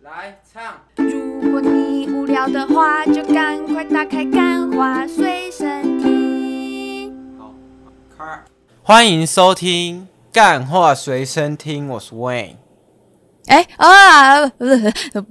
来唱，如果你无聊的话，就赶快打开《干花随身听》。好，开。欢迎收听《干话随身听》，我是 Wayne。哎啊，不是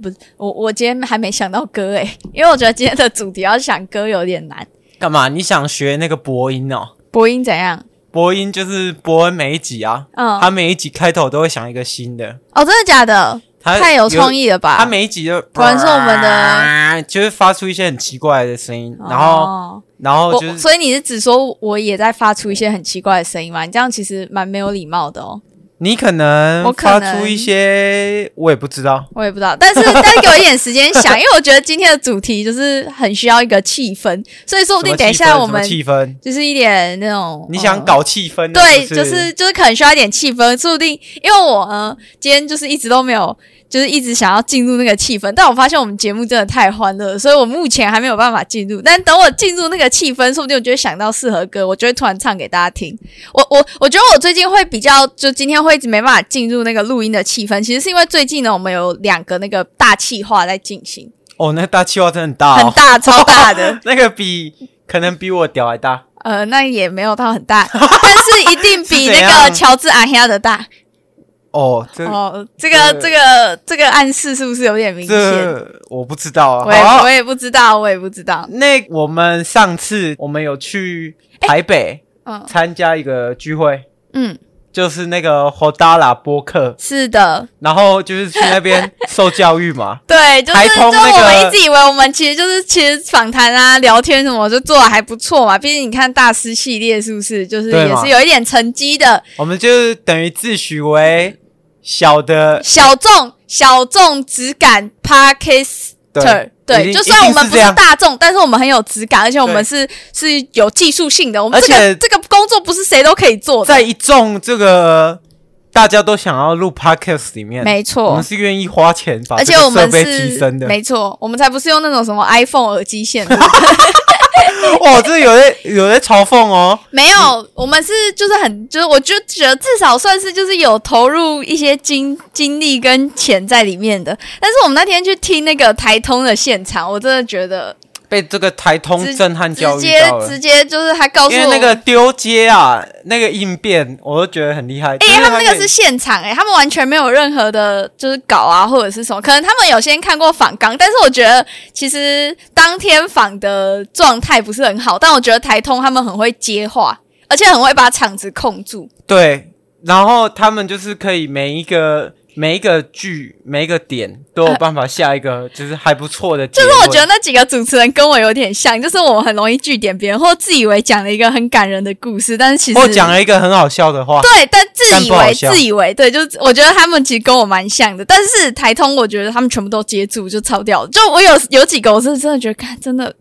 不是，我我今天还没想到歌哎，因为我觉得今天的主题要想歌有点难。干嘛？你想学那个播音哦？播音怎样？播音就是伯恩每一集啊，嗯他每一集开头都会想一个新的，哦，真的假的？他太有创意了吧！呃他每一集都果然是我们的，就是发出一些很奇怪的声音，然后哦然后我，就是所以你是只说我也在发出一些很奇怪的声音吗？你这样其实蛮没有礼貌的哦，你可能我可发能出一些，我也不知道。我也不知道。但是但给我一点时间想，因为我觉得今天的主题就是很需要一个气氛，所以说不定等一什下么我们气氛什么气氛，就是一点那种嗯你想搞。搞气氛啊？对，是就不是就是可能需要一点气氛，说不定因为我呃今天就是一直都没有，就是一直想要进入那个气氛，但我发现我们节目真的太欢乐了，所以我目前还没有办法进入。但等我进入那个气氛，说不定我就会想到适合歌，我就会突然唱给大家听。我我我觉得我最近会比较，就今天会一直没办法进入那个录音的气氛，其实是因为最近呢，我们有两个那个大气化在进行，哦，那大气化真的很大、哦，很大超大的， 那个比可能比我屌还大。呃，那也没有到很 大，但是一定是怎比那个样乔治阿黑亚的大。哦，这、哦，这个对这个这个暗示是不是有点明显？这我不知道啊。我也好我也不知道，我也不知道。那我们上次我们有去哎台北嗯参加一个聚会，嗯，就是那个 Hodala 播客，是的，然后就是去那边受教育嘛。 对，就是台就通我那个们一直以为我们其实就是其实访谈啊、聊天什么就做的还不错嘛。毕竟你看大师系列是不是就是对也嘛是有一点成绩的我们就是等于自诩为小的，小众小众质感 p a r k e s 对一定对，就算我们不一定是这是样大众，但是我们很有质感，而且我对们是是有技术性的。我们而这且个这个工作不是谁都可以做的，在一众这个大家都想要录 podcast 里面，没错。我们是愿意花钱把而这且个我设们备是提升的。没错，我们才不是用那种什么 iPhone 耳机 线的，哇，这有在有在嘲讽哦。没有，我们是就是很就是，我就觉得至少算是就是有投入一些精精力跟钱在里面的。但是我们那天去听那个台通的现场，我真的觉得被这个台通直震撼直教育接到了直。接就是他告诉因为我那个丢接啊，那个应变，我都觉得很厉害。哎、就是他们那可个以是现场哎、他们完全没有任何的，就是稿啊或者是什么，可能他们有先看过访纲，但是我觉得其实当天访的状态不是很好，但我觉得台通他们很会接话，而且很会把场子控住。对，然后他们就是可以每一个每一个剧每一个点都有办法下一个就是还不错的结呃就尾。是我觉得那几个主持人跟我有点像，就是我很容易据点别人，或自以为讲了一个很感人的故事，但是其实或讲了一个很好笑的话，对，但但自以不好为笑自以为对，就是我觉得他们其实跟我蛮像的，但是台通我觉得他们全部都接住就超掉了，就我有有几个我是真的觉得，看真的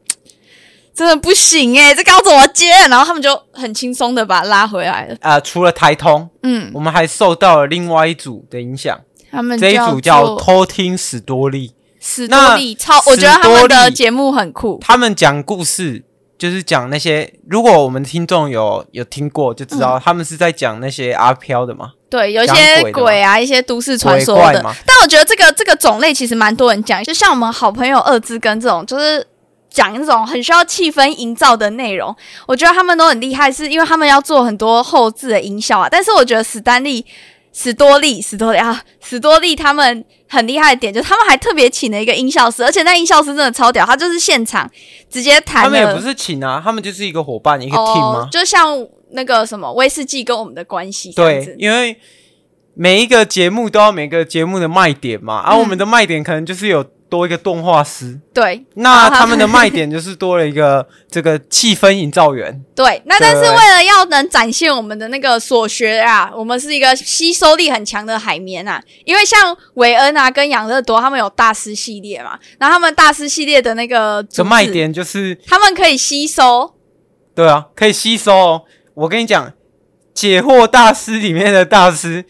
真的不行诶、这个要怎么接？然后他们就很轻松的把它拉回来了。啊、除了台通，嗯，我们还受到了另外一组的影响，他们这一组叫做偷听史多利，史那多利超，我觉得他史多们利的节目很酷。他们讲故事。就是讲那些，如果我们听众有有听过，就知道嗯他们是在讲那些阿飘的嘛，对，有一讲些鬼的鬼啊，一些都市传鬼说怪的。嘛。但我觉得这个这个种类其实蛮多人讲，就像我们好朋友二之根这种，就是讲那种很需要气氛营造的内容。我觉得他们都很厉害，是因为他们要做很多后置的音效啊。但是我觉得史丹利、史多利、史多利啊、史多利他们很厉害的点，就是他们还特别请了一个音效师，而且那音效师真的超屌，他就是现场直接他弹了。们也不是请啊，他们就是一个伙伴，一个 team 啊哦吗，？就像那个什么威士忌跟我们的关系这样对子，。因为每一个节目都要每个节目的卖点嘛，而、嗯我们的卖点可能就是有多一个动画师， 对，那然后他们的卖点就是多了一个这个气氛营造员。对，那对但是为了要能展现我们的那个所学啊，我们是一个吸收力很强的海绵啊。因为像韦恩啊跟养乐多他们有大师系列嘛，然后他们大师系列的那个这主卖旨，点就是，他们可以吸收。对啊，可以吸收、哦。我跟你讲，解惑大师里面的大师。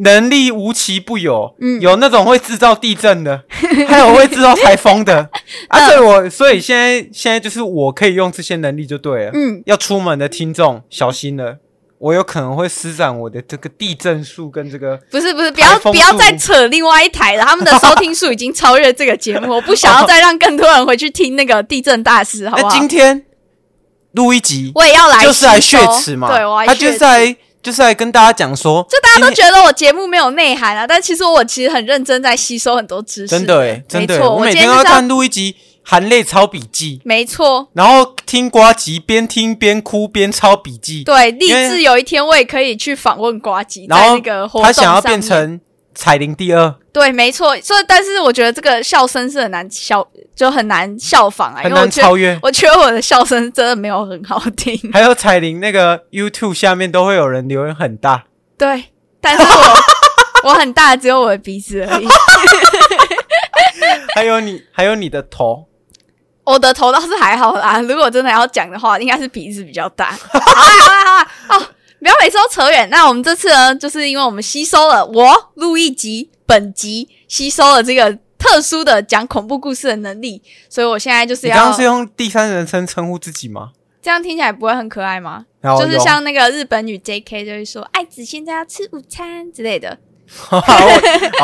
能力无奇不有，嗯有那种会制造地震的， 还有会制造台风 的啊！嗯所以我所以现在现在就是我可以用这些能力就对了。嗯，要出门的听众小心了，我有可能会施展我的这个地震术跟这个不是不是，不要台风不速要再扯另外一台了，他们的收听数已经超越这个节目，我不想要再让更多人回去听那个地震大师，好那不好？哎今天录一集，我也要来，就是来血池嘛，对，我来他血就池是来就是来跟大家讲说，就大家都觉得我节目没有内涵啊，但其实我其实很认真在吸收很多知识，真的哎，真的欸，没错，我每今天天都就要是要看录一集，含泪抄笔记，没错，然后听瓜吉，边听边哭边抄笔记，对，立因为志有一天我也可以去访问瓜吉，然在后那个活动他想要上变面成彩铃第二，对，没错，所以但是我觉得这个笑声是很难效，就很难效仿啊，很因为我难觉得超越。我觉得我的笑声真的没有很好听，还有彩铃那个 YouTube 下面都会有人留言很 大，对，但是我我 很大，只有我的鼻子而已，还有你，还有你的头，我的头倒是还好啦。如果真的要讲的话，应该是鼻子比较大。 好啦好啦好啦，哦，不要每次都扯远。那我们这次呢，就是因为我们吸收了我录一集本集吸收了这个特殊的讲恐怖故事的能力，所以我现在就是你要刚刚是用第三人称称呼自己吗？这样听起来不会很可爱吗？然后就是有像那个日本女 J.K. 就会说“爱子现在要吃午餐”之类的。 好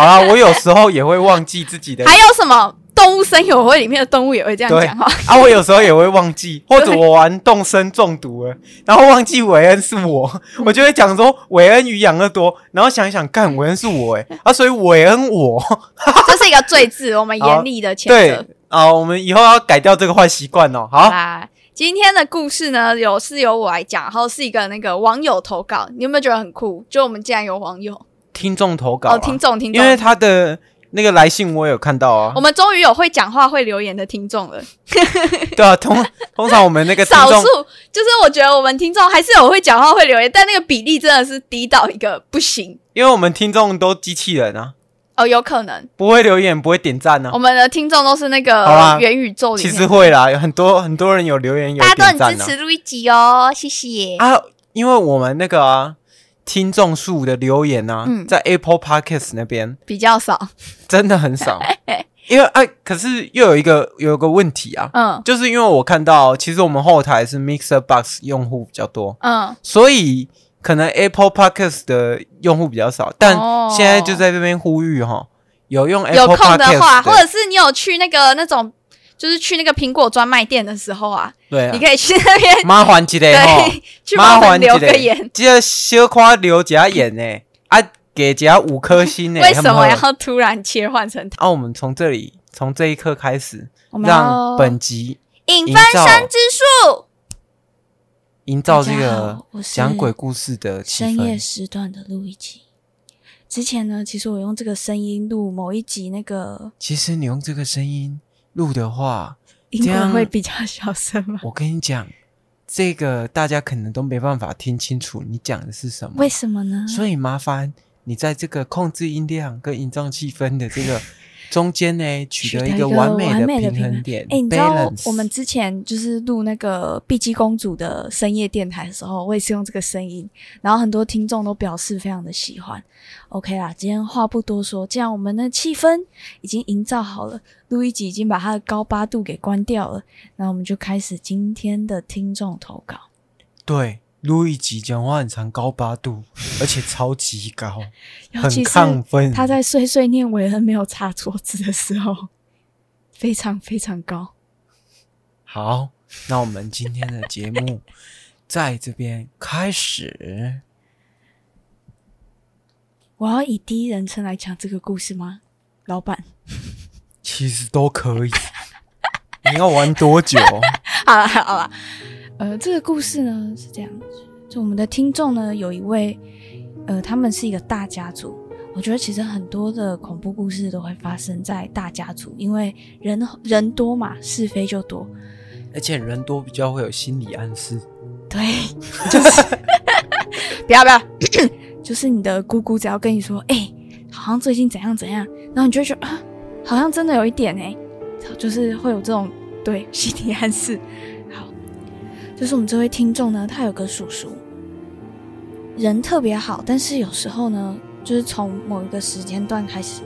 啦，我有时候也会忘记自 己的，还有什么动物森友会里面的动物也会这样对讲话？啊，我有时候也会忘记，或者我玩动身中毒了，然后忘记韦恩是 我，我就会讲说韦恩与养乐多，然后想一想，干韦恩是我诶、啊，所以韦恩我 这是一个罪字，我们严厉的谴责对。啊，我们以后要改掉这个坏习惯哦。好好，啦，今天的故事呢，有是由我来讲，然后是一个那个网友投稿，你有没有觉得很酷？就我们竟然有网友听众投稿、啊，哦，听众听因为众，他的那个来信我有看到啊我，们终于有会讲话、会留言的听众了， 对啊，通通常我们那个听少众数。就是我觉得我们听众还是有会讲话、会留言，但那个比例真的是低到一个不行因为我们听众都机器人啊，哦，有可能不会留言，不会点赞啊我。们的听众都是那好个啦元宇宙里其面，实会啦，有很多很多人有留言有大点家赞、啊、都很支持路易吉哦，谢谢。啊，因为我们那个、啊、听众数的留言呢、啊，嗯在 Apple Podcast 那边比较少，真的很 少，因为哎、可是又有一个有一个问题啊，嗯就是因为我看到，其实我们后台是 Mixer Box 用户比较多，嗯，所以可能 Apple Podcast 的用户比较少，但哦现在就在这边呼吁哈，有用有 Apple 空 Podcast 的话，或者是你有去那个那种，就是去那个苹果专卖店的时候啊，对啊你，可以去那边麻烦一下哈。对 去帮我们留个言。记得小夸留一下眼呢，啊，给一下五颗星呢。 为什么好不好要突然切换成啊，我们从这里，从这一刻开始，我们让要本集影营分造身之术？营造这大家个好我是讲鬼故事的气深夜氛。时段的录一集。之前呢，其实我用这个声音录某一集那个其实你用这个声音录的话，音这轨样会比较小声吗？我跟你讲，这个大家可能都没办法听清楚你讲的是什么为。什么呢？所以麻烦你在这个控制音量跟营造气氛的这个中间呢，取得一个完美的平衡点。哎、你知道 balance 我们之前就是录那个碧姬公主的深夜电台的时候，我也是用这个声音，然后很多听众都表示非常的喜欢。OK 啦，今天话不多说，既然我们的气氛已经营造好了，录一集已经把它的高八度给关掉了，那我们就开始今天的听众投稿。对录一集讲话很长，高八度，而且超级高，尤很其是亢奋。他在碎碎念韦恩没有擦桌子的时候，非常非常高。好，那我们今天的节 目在这边开始。我要以第一人称来讲这个故事吗？老板，其实都 可以，你要玩多久？好了好了，呃，这个故事呢是这样子，就我们的听众呢有一位，呃，他们是一个大家族。我觉得其实很多的恐怖故事都会发生在大家族，因为人人多嘛，是非就多。 而且人多比较会有心理暗示。对，就是 不要不要，就是你的姑姑只要跟你说，哎、好像最近怎样怎样，然后你就会觉得啊，好像真的有一点哎、就是会有这种对 心理暗示。好，就是我们这位听众呢，他有个叔叔，人特别好，但是有时候呢，就是从某一个时间段开始，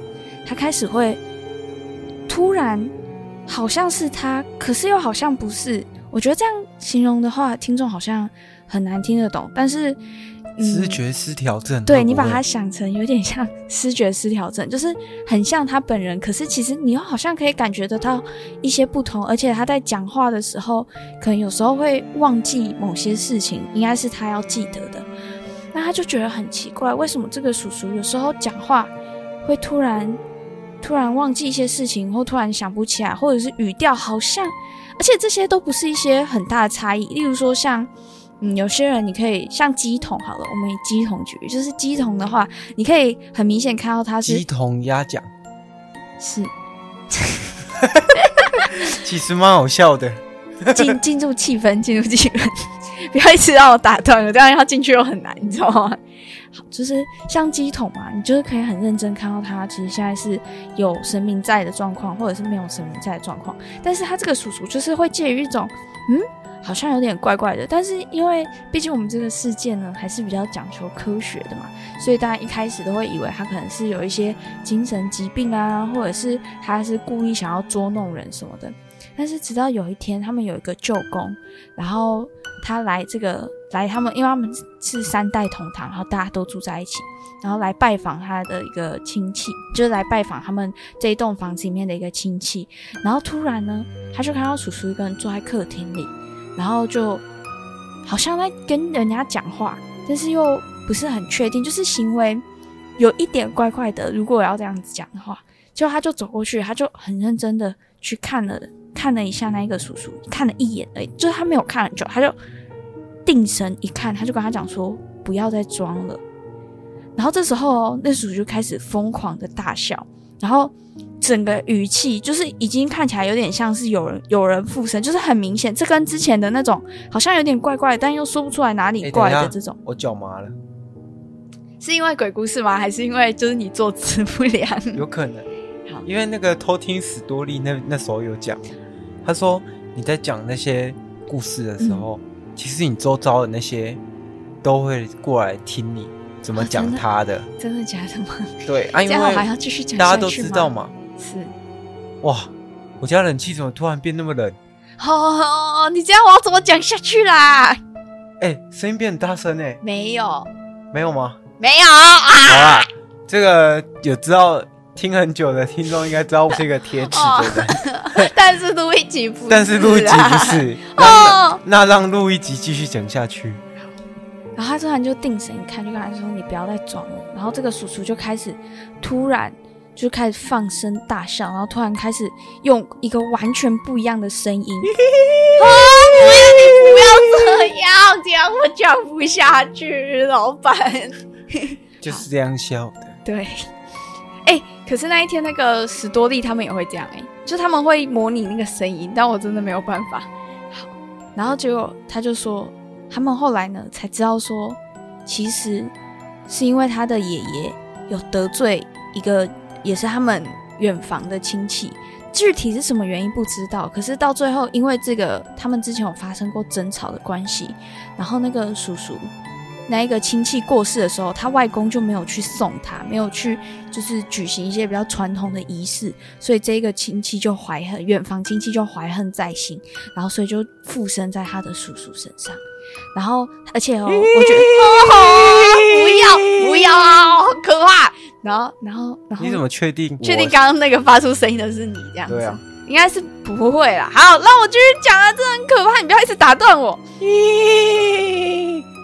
他开始会突然好像是他，可是又好像不是。我觉得这样形容的话，听众好像很难听得懂。但是嗯失觉失调症。对会你不把会它想成有点像 失觉失调症，就是很像他本人，可是其实你又好像可以感觉得到一些不同，而且他在讲话的时候，可能有时候会忘记某些事情，应该是他要记得的。那他就觉得很奇怪，为什么这个叔叔有时候讲话会突然突然忘记一些事情，或突然想不起来，或者是语调好像，而且这些都不是一些很大的差异。例如说像，嗯，有些人你可以像鸡桶好了，我们以鸡桶举例，就是鸡桶的话，你可以很明显看到他鸡是同鸭讲，是其实蛮好笑的。 进进入气氛，进入气氛，不要一直让我打断，我这样要进去又很难，你知道吗？好，就是像鸡桶嘛，你就是可以很认真看到它，其实现在是有神明在的状况，或者是没有神明在的状况。但是它这个叔叔就是会介于一种，嗯，好像有点怪怪的。但是因为毕竟我们这个世界呢，还是比较讲求科学的嘛，所以大家一开始都会以为他可能是有一些精神疾病啊，或者是他是故意想要捉弄人什么的。但是直到有一天，他们有一个舅公，然后他来这个来他们，因为他们是三代同堂，然后大家都住在一起，然后来拜访他的一个亲戚，就是来拜访他们这一栋房子里面的一个亲戚。然后突然呢，他就看到叔叔一个人坐在客厅里，然后就好像在跟人家讲话，但是又不是很确定，就是行为有一点怪怪的。如果我要这样子讲的话，结果他就走过去，他就很认真的去看了看了一下那一个叔叔，看了一眼而已，就是他没有看很久，他就定神一看，他就跟他讲说不要再装了。然后这时候哦、那叔叔就开始疯狂的大笑，然后整个语气就是已经看起来有点像是有人有人附身，就是很明显，这跟之前的那种好像有点怪怪，但又说不出来哪里哎怪等一下的这种。我脚麻了，是因为鬼故事吗？还是因为就是你坐姿不良？有可能嗯好，因为那个偷听史多利那那时候有讲，他说你在讲那些故事的时候，嗯其实你周遭的那些都会过来听你怎么哦真讲的他的。真的假的吗？对啊，因这样我还要为继续讲大下家去都知道吗？嘛。是。哇，我家冷气怎么突然变那么冷？哦，你这样我要怎么讲下去啦？哎、声音变很大声哎、没有，没有吗？没 有啊！好啦，这个有知道听很久的听众应该知道我是一个铁齿的人，哦但是录一集不，但是录一集不啦。是。 那 哦，那让录一集继续讲下去。然后他突然就定神一看，就跟他说：“你不要再装了。”然后这个叔叔就开始突然就开始放声大笑，然后突然开始用一个完全不一样的声音。啊！不要，你不要这样，这样我讲不下去，老板。就是这样笑的。对，哎、可是那一天那个史多利他们也会这样哎、就他们会模拟那个声音，但我真的没有办法。好，然后结果他就说，他们后来呢才知道说，其实是因为他的爷爷有得罪一个也是他们远房的亲戚。具体是什么原因不知道，可是到最后，因为这个他们之前有发生过争吵的关系，然后那个叔叔那一个亲戚过世的时候，他外公就没有去送他，没有去就是举行一些比较传统的仪式，所以这个亲戚就怀恨，远房亲戚就怀恨在心，然后所以就附身在他的叔叔身上，然后而且哦，我觉得、哦、不要不要，好可怕。然后然后然后你怎么确定我？确定刚刚那个发出声音的是你这样子？对啊，应该是不会啦。好，让我继续讲啊，这很可怕，你不要一直打断我。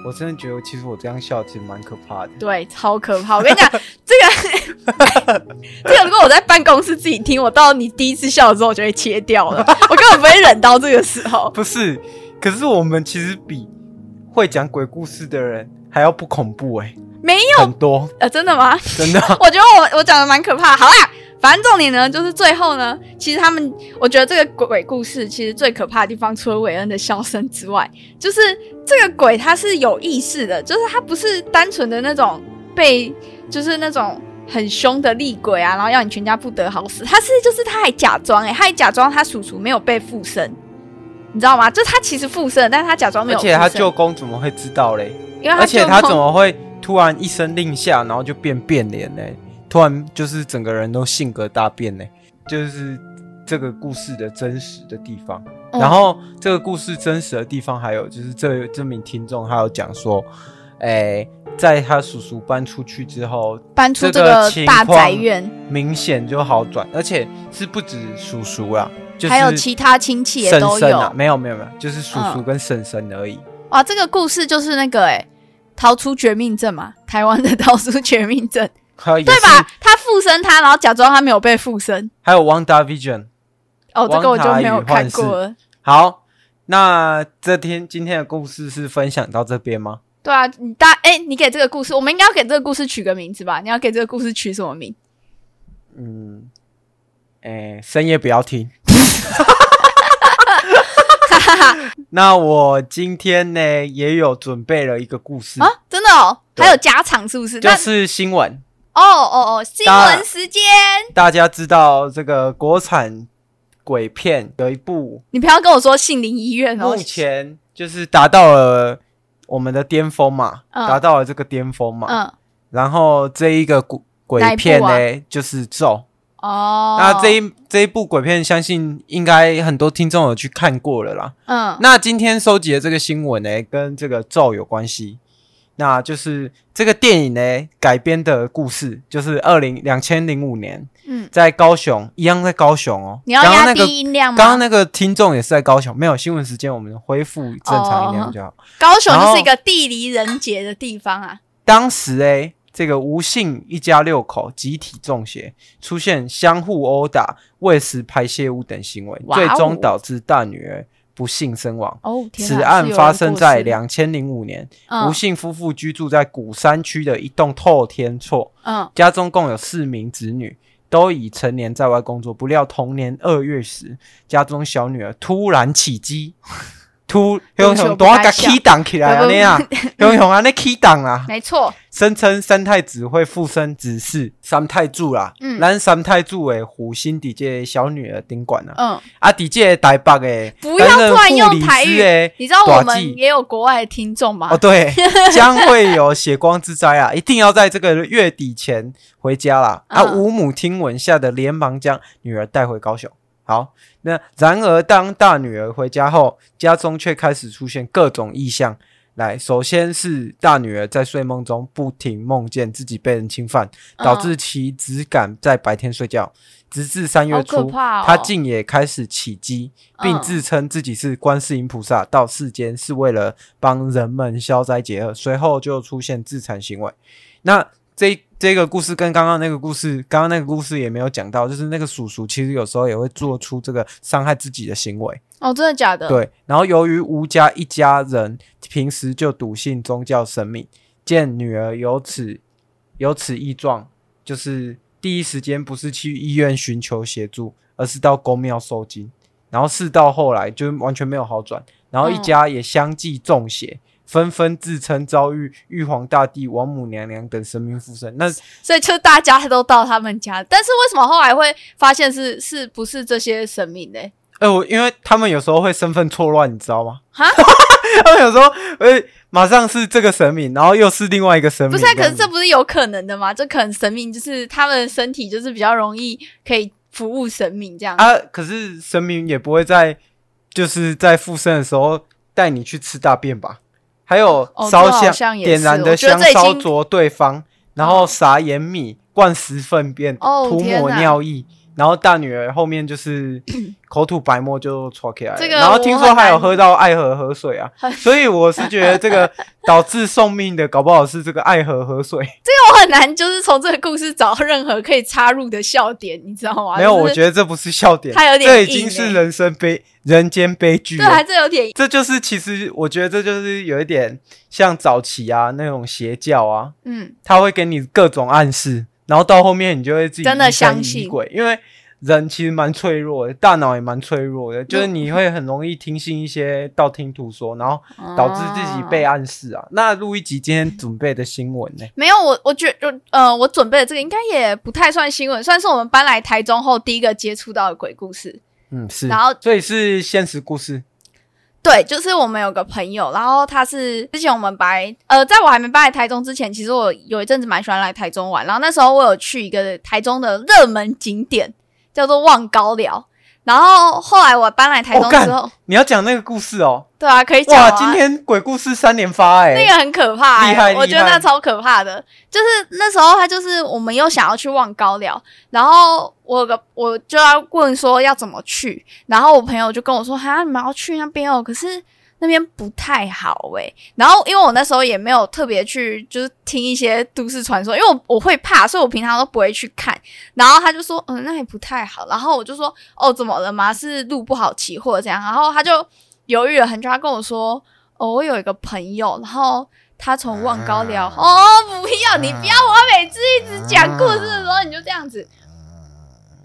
我真的觉得，其实我这样笑其实蛮可怕的。对，超可怕！我跟 你讲，这个 这个，如果我在办公室自己听，我到你第一次笑的时候，我就会切掉了，我根本不会忍到这个时候。不是，可是我们其实比会讲鬼故事的人还要不恐怖哎、没有，很多呃，真的吗？真的。我觉得我我讲的蛮可怕的。好啦，反正重点呢，就是最后呢，其实他们，我觉得这个鬼鬼故事其实最可怕的地方，除了韦恩的笑声之外，就是这个鬼他是有意识的，就是他不是单纯的那种被，就是那种。很凶的厉鬼啊，然后要你全家不得好死。他是就是他还假装哎、他还假装他叔叔没有被附身，你知道吗？就是他其实附身，但是他假装没而有附且身。他舅公怎么会知道嘞？因为而且他舅怎公么会突然一声令下，然后就变变脸呢？突然就是整个人都性格大变呢，就是这个故事的真实的地方。嗯然后这个故事真实的地方还有就是这这名听众还有讲说，哎、在他叔叔搬出去之后，搬出这这个个情大况宅院，明显就好转，而且是不止叔叔啊，就是还有其他亲戚也婶都婶有。啊，没有没有没有，就是叔叔嗯跟婶婶而已。哇，这个故事就是那个哎、逃出绝命镇嘛，台湾的逃出绝命镇，还有也对是吧？他附身他，然后假装他没有被附身。还有《Wanda Vision》。哦，这个我就没有王塔与看幻视过了。好，那这天今天的故事是分享到这边吗？对啊，你大哎、你给这个故事，我们应该要给这个故事取个名字吧？你要给这个故事取什么名？嗯，哎，深夜不要 听。那我今天呢也有准备了一个故事，啊，真的哦，嗯对还有家常是不是？就那是新闻。哦哦哦，新当然闻时间，大家知道这个国产鬼片有一部，你不要跟我说杏林医院哦目。前就是达到了我们的巅峰嘛，嗯达到了这个巅峰嘛。嗯，然后这一个鬼哪鬼一部片呢，啊就是咒。哦，那这一这一部鬼片，相信应该很多听众有去看过了啦。嗯那今天收集的这个新闻呢，跟这个咒有关系。那就是这个电影呢改编的故事，就是二零两千零五年嗯，在高雄，一样在高雄哦。你要刚刚压那个低音量吗？刚刚那个听众也是在高雄，没有新闻时间，我们恢复正常哦音量就好。高雄就是一个地离人杰的地方啊。当时诶，这个吴姓一家六口集体中邪，出现相互殴打、喂食排泄物等行为，哇哦最终导致大女儿不幸身亡。哦，天哪此案发生在，是有人过世两千零五年，吴、嗯姓夫妇居住在鼓山区的一栋透天厝，嗯，家中共有四名子女，都已成年在外工作。不料同年二月时，家中小女儿突然起 机，突熊熊多个起档起来了那样，熊熊啊那起档啊，没错，声称三太子会附身指示三太子啦，嗯咱三太子诶，虎心底这小女儿顶管啊，嗯，啊底这台北诶，不要突然用台语诶，你知道我大忌们也有国外的听众吗哦，？对， 将会有血光之灾啊！一定要在这个月底前回家啦！啊，嗯吴母听闻吓得连忙将女儿带回高雄。好，那然而当大女儿回家后，家中却开始出现各种异象。来，首先是大女儿在睡梦中不停梦见自己被人侵犯，嗯导致其只敢在白天睡觉，直至三月好可初，怕哦她竟也开始起鸡，并嗯自称自己是观世音菩萨，到世间是为了帮人们消灾解厄。随后就出现自残行为。那这这个故事跟刚刚那个故事，刚刚那个故事也没有讲到，就是那个叔叔其实有时候也会做出这个伤害自己的行为。哦，真的假的？，对，然后由于吴家一家人平时就笃信宗教神明，见女儿有此有此异状，就是第一时间不是去医院寻求协助，而是到公庙收金。然后事到后来就完全没有好转，然后一嗯家也相继中邪，纷纷自称遭遇玉皇大帝、王母娘娘等神明附身。那所以就大家都到他们家，但是为什么后来会发现是是不是这些神明呢？哎、我因为他们有时候会身份错乱，你知道吗？ 哈，他们有时候会马上是这个神明，然后又是另外一个神明。不是、啊，可是样子这不是有可能的吗？这可能神明就是他们的身体就是比较容易可以服务神明这样。啊，可是神明也不会在就是在附身的时候带你去吃大便吧？还有哦烧这好香、像也点是燃我的觉得香这已烧经灼对方，然后撒盐米、灌食粪便、哦涂天抹哪嗯尿液，然后大女儿后面就是口吐白沫就戳起来了。这个然后我听很说还有难喝到爱河河水啊，所以我是觉得这个导致送命的，搞不好是这个爱河河 水。我哦很难就是从这个故事找到任何可以插入的笑点，你知道吗？没有，就是我觉得这不是笑点，它有点这已硬经是欸人生悲人间悲剧对，了。还是有点这就是其实我觉得这就是有一点像早期啊那种邪教啊，嗯，他会给你各种暗示，然后到后面你就会自己真的疑神相疑信鬼，因为人其实蛮脆弱的，大脑也蛮脆弱的，嗯就是你会很容易听信一些道听途说，然后导致自己被哦暗示啊。那录一集今天准备的新闻呢、没有我，我觉得呃，我准备的这个应该也不太算新闻，算是我们搬来台中后第一个接触到的鬼故事。嗯，是，然后所以是现实故事，对，就是我们有个朋友，然后他是之前我们来，呃，在我还没搬来台中之前，其实我有一阵子蛮喜欢来台中玩，然后那时候我有去一个台中的热门景点，叫做望高寮。然后后来我搬来台哦中干之后，你要讲那个故事哦，对啊，可以讲哇，啊。今天鬼故事三连发哎、那个很可怕、欸，厉害我觉得厉害那超可怕的。就是那时候他就是我们又想要去望高寮，然后我有个我就要问说要怎么去，然后我朋友就跟我说：“哈，你们要去那边哦，可是那边不太好诶、然后因为我那时候也没有特别去就是听一些都市传说，因为我我会怕，所以我平常都不会去看。然后他就说：“嗯，那也不太好。”然后我就说：“哦，怎么了吗？是路不好骑或者怎样？”然后他就犹豫了很久，他跟我说：“哦，我有一个朋友，然后他从望高寮……啊哦，不要你不要，我每次一直讲故事的时候你就这样子，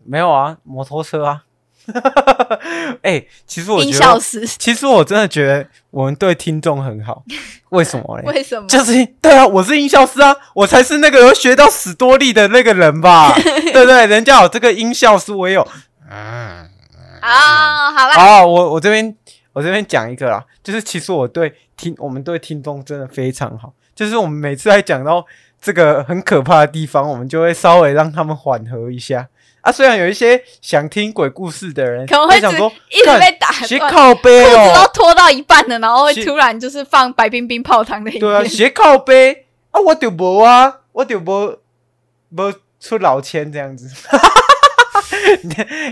没有啊，摩托车啊。 哎、其实我音觉效得，师其实我真的觉得我们对听众很 好，为什么嘞？ 为什么？就是对啊，我是音效师啊，我才是那个有学到史多利的那个人 吧，对不对？人家有这个音效师，我也有。啊、 好啦，啊，我我这边我这边讲一个啦，就是其实我对听我们对听众真的非常好，就是我们每次在讲到这个很可怕的地方，我们就会稍微让他们缓和一下啊。虽然有一些想听鬼故事的人，可能会想只说一直干被打斜断靠背 裤子哦都，脱到一半了，然后会是突然就是放白冰冰泡汤的影对啊，片。斜靠背啊，我就无啊，我就无无出老千这样子。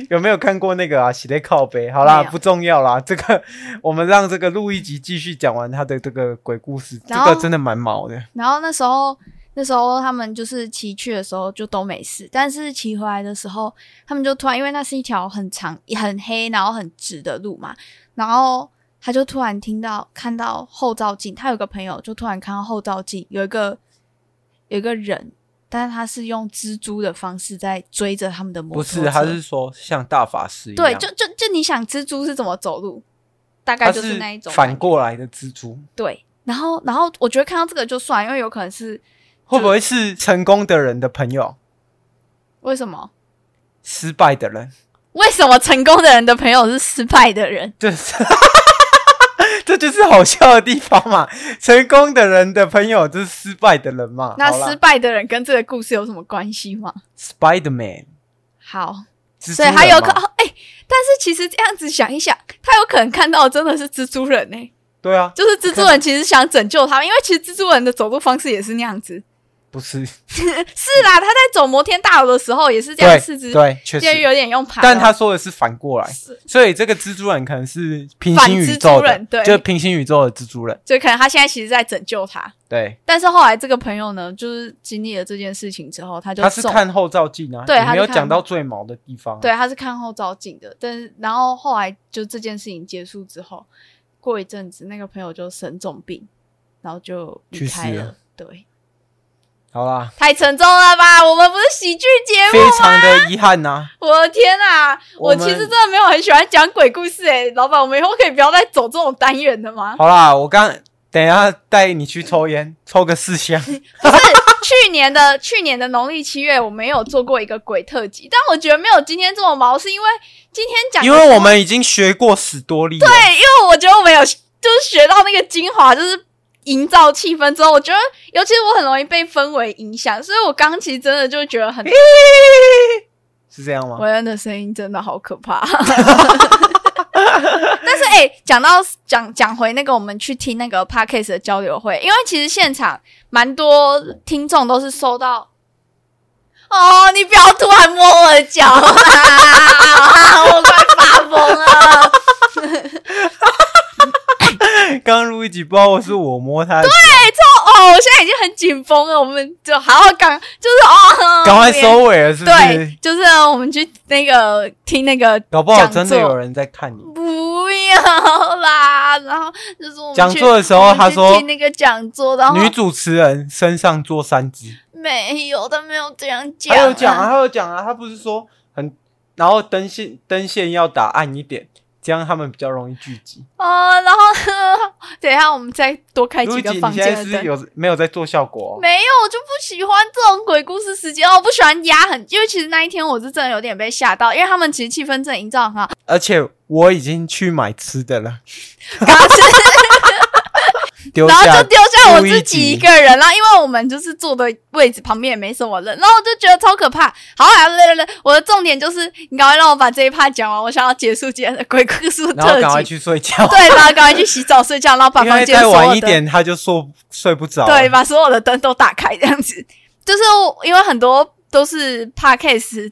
有没有看过那个啊？斜靠背，好啦，没有不重要啦。这个我们让这个录一集继续讲完他的这个鬼故事，这然后个真的蛮毛的。然后那时候，那时候他们就是骑去的时候就都没事，但是骑回来的时候，他们就突然因为那是一条很长、很黑，然后很直的路嘛，然后他就突然听到看到后照镜，他有个朋友就突然看到后照镜有一个有一个人，但是他是用蜘蛛的方式在追着他们的摩不托车，是，他是说像大法师一样，对，就就就你想蜘蛛是怎么走路，大概他就是那一种反感觉过来的蜘蛛，对，然后然后我觉得看到这个就算，因为有可能是会不会是成功的人的朋友，为什么？失败的人？为什么成功的人的朋友是失败的人？就是 这就是好笑的地方嘛。成功的人的朋友就是失败的人嘛。那好啦失败的人跟这个故事有什么关系吗？ Spider Man，好，所所以他有可哦哎、但是其实这样子想一想，他有可能看到的真的是蜘蛛人呢、对啊，就是蜘蛛 人其实想拯救他们，因为其实蜘蛛人的走路方式也是那样子。不是是啦，他在走摩天大楼的时候也是这样对四肢，对，确就实。有点用爬的。但他说的是反过来，所以这个蜘蛛人可能是平反行宇蜘宙蛛的人，对就是平行宇宙的蜘蛛人，就可能他现在其实在拯救他，对，但是后来这个朋友呢，就是经历了这件事情之后，他就他是送看后照镜啊，对也他没是有看讲到最毛的地方啊，对，他是看后照镜的，但是然后后来就这件事情结束之后，过一阵子那个朋友就生重病，然后就离去开世了。了对，好啦，太沉重了吧？我们不是喜剧节非目，常的遗憾呐，我的天啊！我我其实们真的没有很喜欢讲鬼故事诶、老板，我们以后可以不要再走这种单元的吗？好啦，我刚等一下带你去抽烟，抽个四箱，去年的去年的农历七月，我们也有做过一个鬼特辑，但我觉得没有今天这么毛，是因为今天讲的因为是我们已经学过史多利了，对，因为我觉得我们有就是学到那个精华，就是营造气氛之后，我觉得尤其是我很容易被氛围影响，所以我刚其实真的就觉得很， 是这样吗？维恩的声音真的好可怕。 但是哎、欸讲到讲讲回那个我们去听那个 podcast 的交流会，因为其实现场蛮多听众都是收到。哦，你不要突然摸我的脚、啊，我快发疯了。刚刚录一集，不知道是我摸他的，哦，我现在已经很紧绷了，我们就好好赶，就是哦，赶快。收尾了，是不对是？，就是呢我们去那个听那个，搞不好真的讲座有人在看你。不要啦，然后就是我们去讲座的时候我们去他说听那个讲座，然后女主持人身上做三只，没有，他没有这样讲，还有讲啊，，还有讲啊，他不是说很，然后灯线灯线要打暗一点，这样他们比较容易聚集。哦，然后 等一下我们再多开如几姐，个你房现在间的是灯。有没有在做效果、哦？没有，我就不喜欢这种鬼故事时间，哦我不喜欢压很，因为其实那一天我是真的有点被吓到，因为他们其实气氛真的营造得很好， 而且我已经去买吃的了。刚是。丢然后下就丢下我故意自己挤一个人，然后因为我们就是坐的位置旁边也没什么人，然后我就觉得超可怕。好啊，来来来，我的重点就是你赶快让我把这一趴讲完，我想要结束今天的鬼故事然后赶特快辑。去睡觉，对，然后赶快去洗澡睡觉，然后把因房为间再所有晚一的点他就睡睡不着，对，？把所有的灯都打开，这样子。就是我因为很多都是 podcast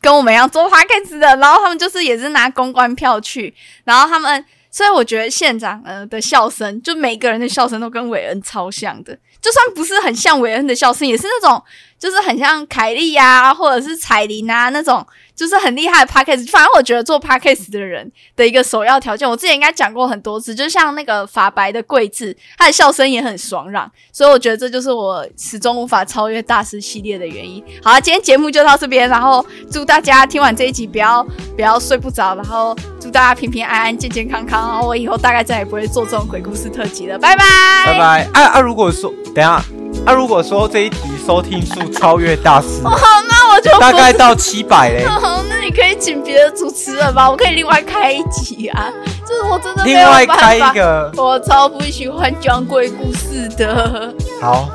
跟我们一样做 podcast 的，然后他们就是也是拿公关票去，然后他们，所以我觉得县长呃的笑声，就每个人的笑声都跟韦恩超像的，就算不是很像韦恩的笑声，也是那种就是很像凯莉呀、或者是彩铃啊那种，就是很厉害的 podcast。反正我觉得做 podcast 的人的一个首要条件，我之前应该讲过很多次，就像那个法白的桂智，他的笑声也很爽朗，所以我觉得这就是我始终无法超越大师系列的原因。好啊，今天节目就到这边，然后祝大家听完这一集不要不要睡不着，然后祝大家平平安安、健健康康。然后我以后大概再也不会做这种鬼故事特辑了，拜拜，拜。拜。啊啊，如果说等一下啊，如果说这一集收听数超越大师，那我就大不概到七百 嘞。那你可以请别的主持人吧，我可以另外开一集啊。就是我真的没另有外办法，开一个我超不喜欢讲鬼故事的。好，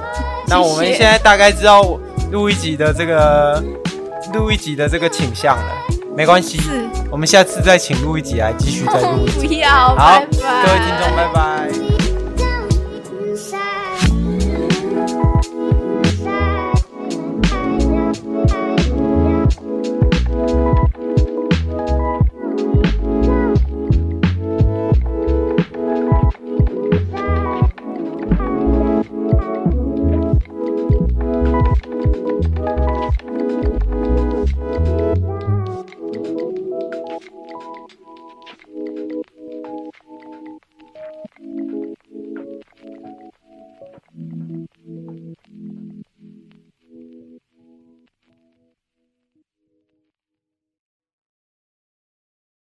那我们现在大概知道录一集的这个录一集的这个倾向了，没关系，是，我们下次再请录一集来继续再录一集。不要，好， 拜拜，各位听众，拜拜。